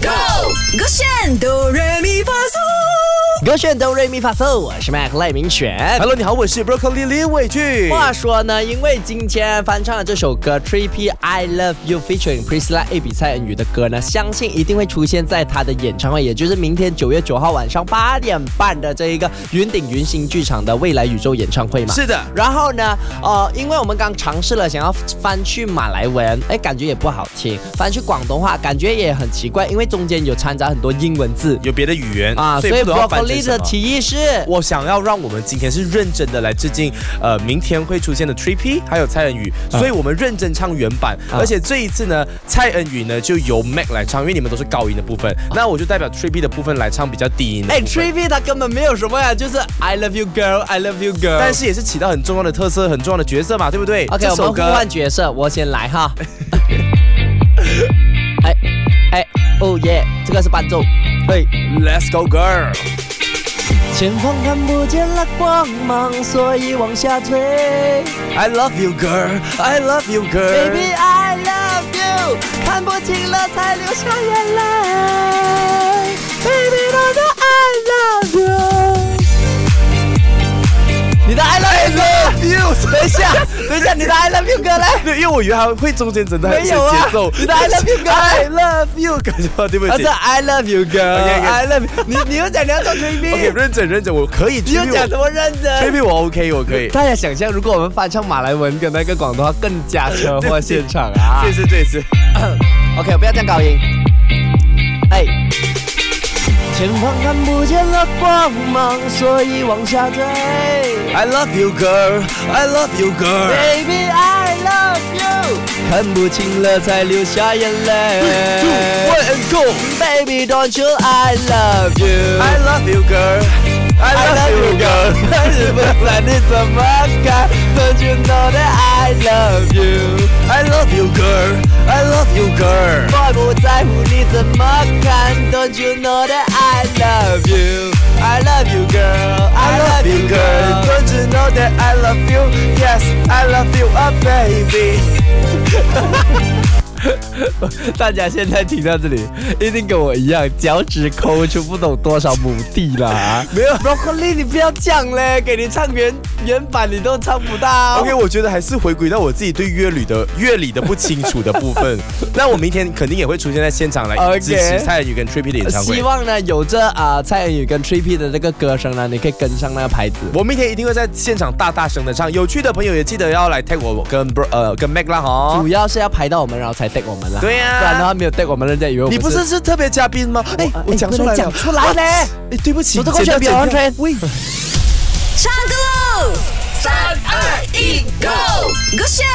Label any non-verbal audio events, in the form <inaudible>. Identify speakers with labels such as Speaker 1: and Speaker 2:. Speaker 1: Go！我选哆瑞咪发嗦。
Speaker 2: 歌选哆瑞咪发嗦，我是 Mac 赖明选。
Speaker 3: Hello，你好，我是 Broccoli 李伟俊。
Speaker 2: 话说呢，因为今天翻唱的这首歌《Three P I Love You》featuring Priscilla A 比赛恩宇的歌呢，相信一定会出现在他的演唱会，也就是明天九月九号晚上八点半的这一个云顶云星剧场的未来宇宙演唱会嘛。
Speaker 3: 是的
Speaker 2: 然后呢，呃，因为我们刚尝试了想要翻去马来文，哎，感觉也不好听；翻去广东话，感觉也很奇怪，因为中间有掺杂很多英文字
Speaker 3: 有别的语言
Speaker 2: 啊。所以
Speaker 3: 不懂要翻成
Speaker 2: Broccoli
Speaker 3: 什
Speaker 2: 的
Speaker 3: 么
Speaker 2: 提议是，
Speaker 3: 我想要让我们今天是认真的来致敬，呃，明天会出现的 Tree P 还有蔡恩宇，所以我们认真唱原版，
Speaker 2: 啊
Speaker 3: 而且这一次呢，蔡恩宇呢就由 Mac 来唱，因为你们都是高音的部分，那我就代表 Tree P 的部分来唱比较低音的
Speaker 2: 啊哎
Speaker 3: 部分
Speaker 2: ，Tree P 他根本没有什么呀，就是 I love you girl, I love you girl。
Speaker 3: 呃但是也是起到很重要的特色、很重要的角色嘛，对不对
Speaker 2: OK，
Speaker 3: 这
Speaker 2: 我们
Speaker 3: 首
Speaker 2: 互
Speaker 3: 歌
Speaker 2: 换角色，我先来
Speaker 3: <laughs>
Speaker 2: 哈。哎哎，哦耶，这个是伴奏。嘿，
Speaker 3: Let's Go Girl，
Speaker 2: 前方看不见了光芒，所以往下坠。
Speaker 3: I love you, girl. I love you, girl.
Speaker 2: Baby I love you，看不清了才流下眼来。Baby 我的 I love you，你的 I love you，
Speaker 3: love you.
Speaker 2: 等一下，等一下，你的 I love you 歌嘞？
Speaker 3: 对，因为我以为还会中间真的还
Speaker 2: 没有啊
Speaker 3: 节奏。
Speaker 2: 你的 I love you girl
Speaker 3: I love you，感觉到对不
Speaker 2: 他
Speaker 3: 起
Speaker 2: 是。I love you
Speaker 3: OK，OK
Speaker 2: girl，I love you 你。你又讲你要做 K
Speaker 3: OK，
Speaker 2: B，
Speaker 3: 认真认真，我可以
Speaker 2: 你又
Speaker 3: Trivy
Speaker 2: 讲什么认
Speaker 3: 吹
Speaker 2: 真？
Speaker 3: 屁我 OK，
Speaker 2: <laughs>
Speaker 3: 我可以。
Speaker 2: 大家想象，如果我们翻唱马来文跟那个广东话，更加车祸现场
Speaker 3: <laughs>
Speaker 2: 啊
Speaker 3: 这次这次，
Speaker 2: ！OK，不要这样高音。哎，前方看不见了光芒，所以往下坠。
Speaker 3: I love you girl, I love you girl。
Speaker 2: Baby I love you，看不清了才流下眼泪。
Speaker 3: Two, one and go.
Speaker 2: Baby don't you I love you。
Speaker 3: I love you girl, I
Speaker 2: I love
Speaker 3: love
Speaker 2: you
Speaker 3: you
Speaker 2: girl，
Speaker 3: girl。
Speaker 2: 但是不管你怎么看，Don't you know that I love you？
Speaker 3: I love you girl, I love you girl。
Speaker 2: 我不在乎你怎么看，Don't you know that I love you？I love you
Speaker 3: I
Speaker 2: girl，I
Speaker 3: love you girl,
Speaker 2: girl。
Speaker 3: don't you know that I love you? Yes, I love you, a baby.
Speaker 2: 大家现在听到这里，一定跟我一样，脚趾抠出不懂多少亩地了 <laughs> 啊！
Speaker 3: 没有
Speaker 2: Broccoli，你不要讲嘞，给你唱原原版你都唱不到。
Speaker 3: OK，我觉得还是回归到我自己对乐理的乐理的不清楚的部 <laughs> 分。那我明天肯定也会出现在现场来
Speaker 2: OK
Speaker 3: 支持蔡依林跟 Trippy 的演唱
Speaker 2: 希
Speaker 3: 会。
Speaker 2: 望呢，有着啊、蔡恩宇跟 t r i p p 的那个歌声呢，你可以跟上那个牌子。
Speaker 3: 我明天一定会在现场大大声的唱，有趣的朋友也记得要来 tag 我跟 bro 呃跟 Mac 啦哈
Speaker 2: 主。要是要排到我们，然后才 take 我们啦。
Speaker 3: 对呀
Speaker 2: 不然的话没有 take 我们，人家以为我们
Speaker 3: 你不是是特别嘉宾吗？哎
Speaker 2: 哎，
Speaker 3: 我讲出来
Speaker 2: 不能
Speaker 3: 了，
Speaker 2: 讲出来嘞
Speaker 3: 啊哎，对不起，
Speaker 2: 我这个选
Speaker 3: 剪掉
Speaker 2: Beyond
Speaker 3: 剪掉
Speaker 2: Train。喂
Speaker 1: 唱歌喽！三二一，Go！我选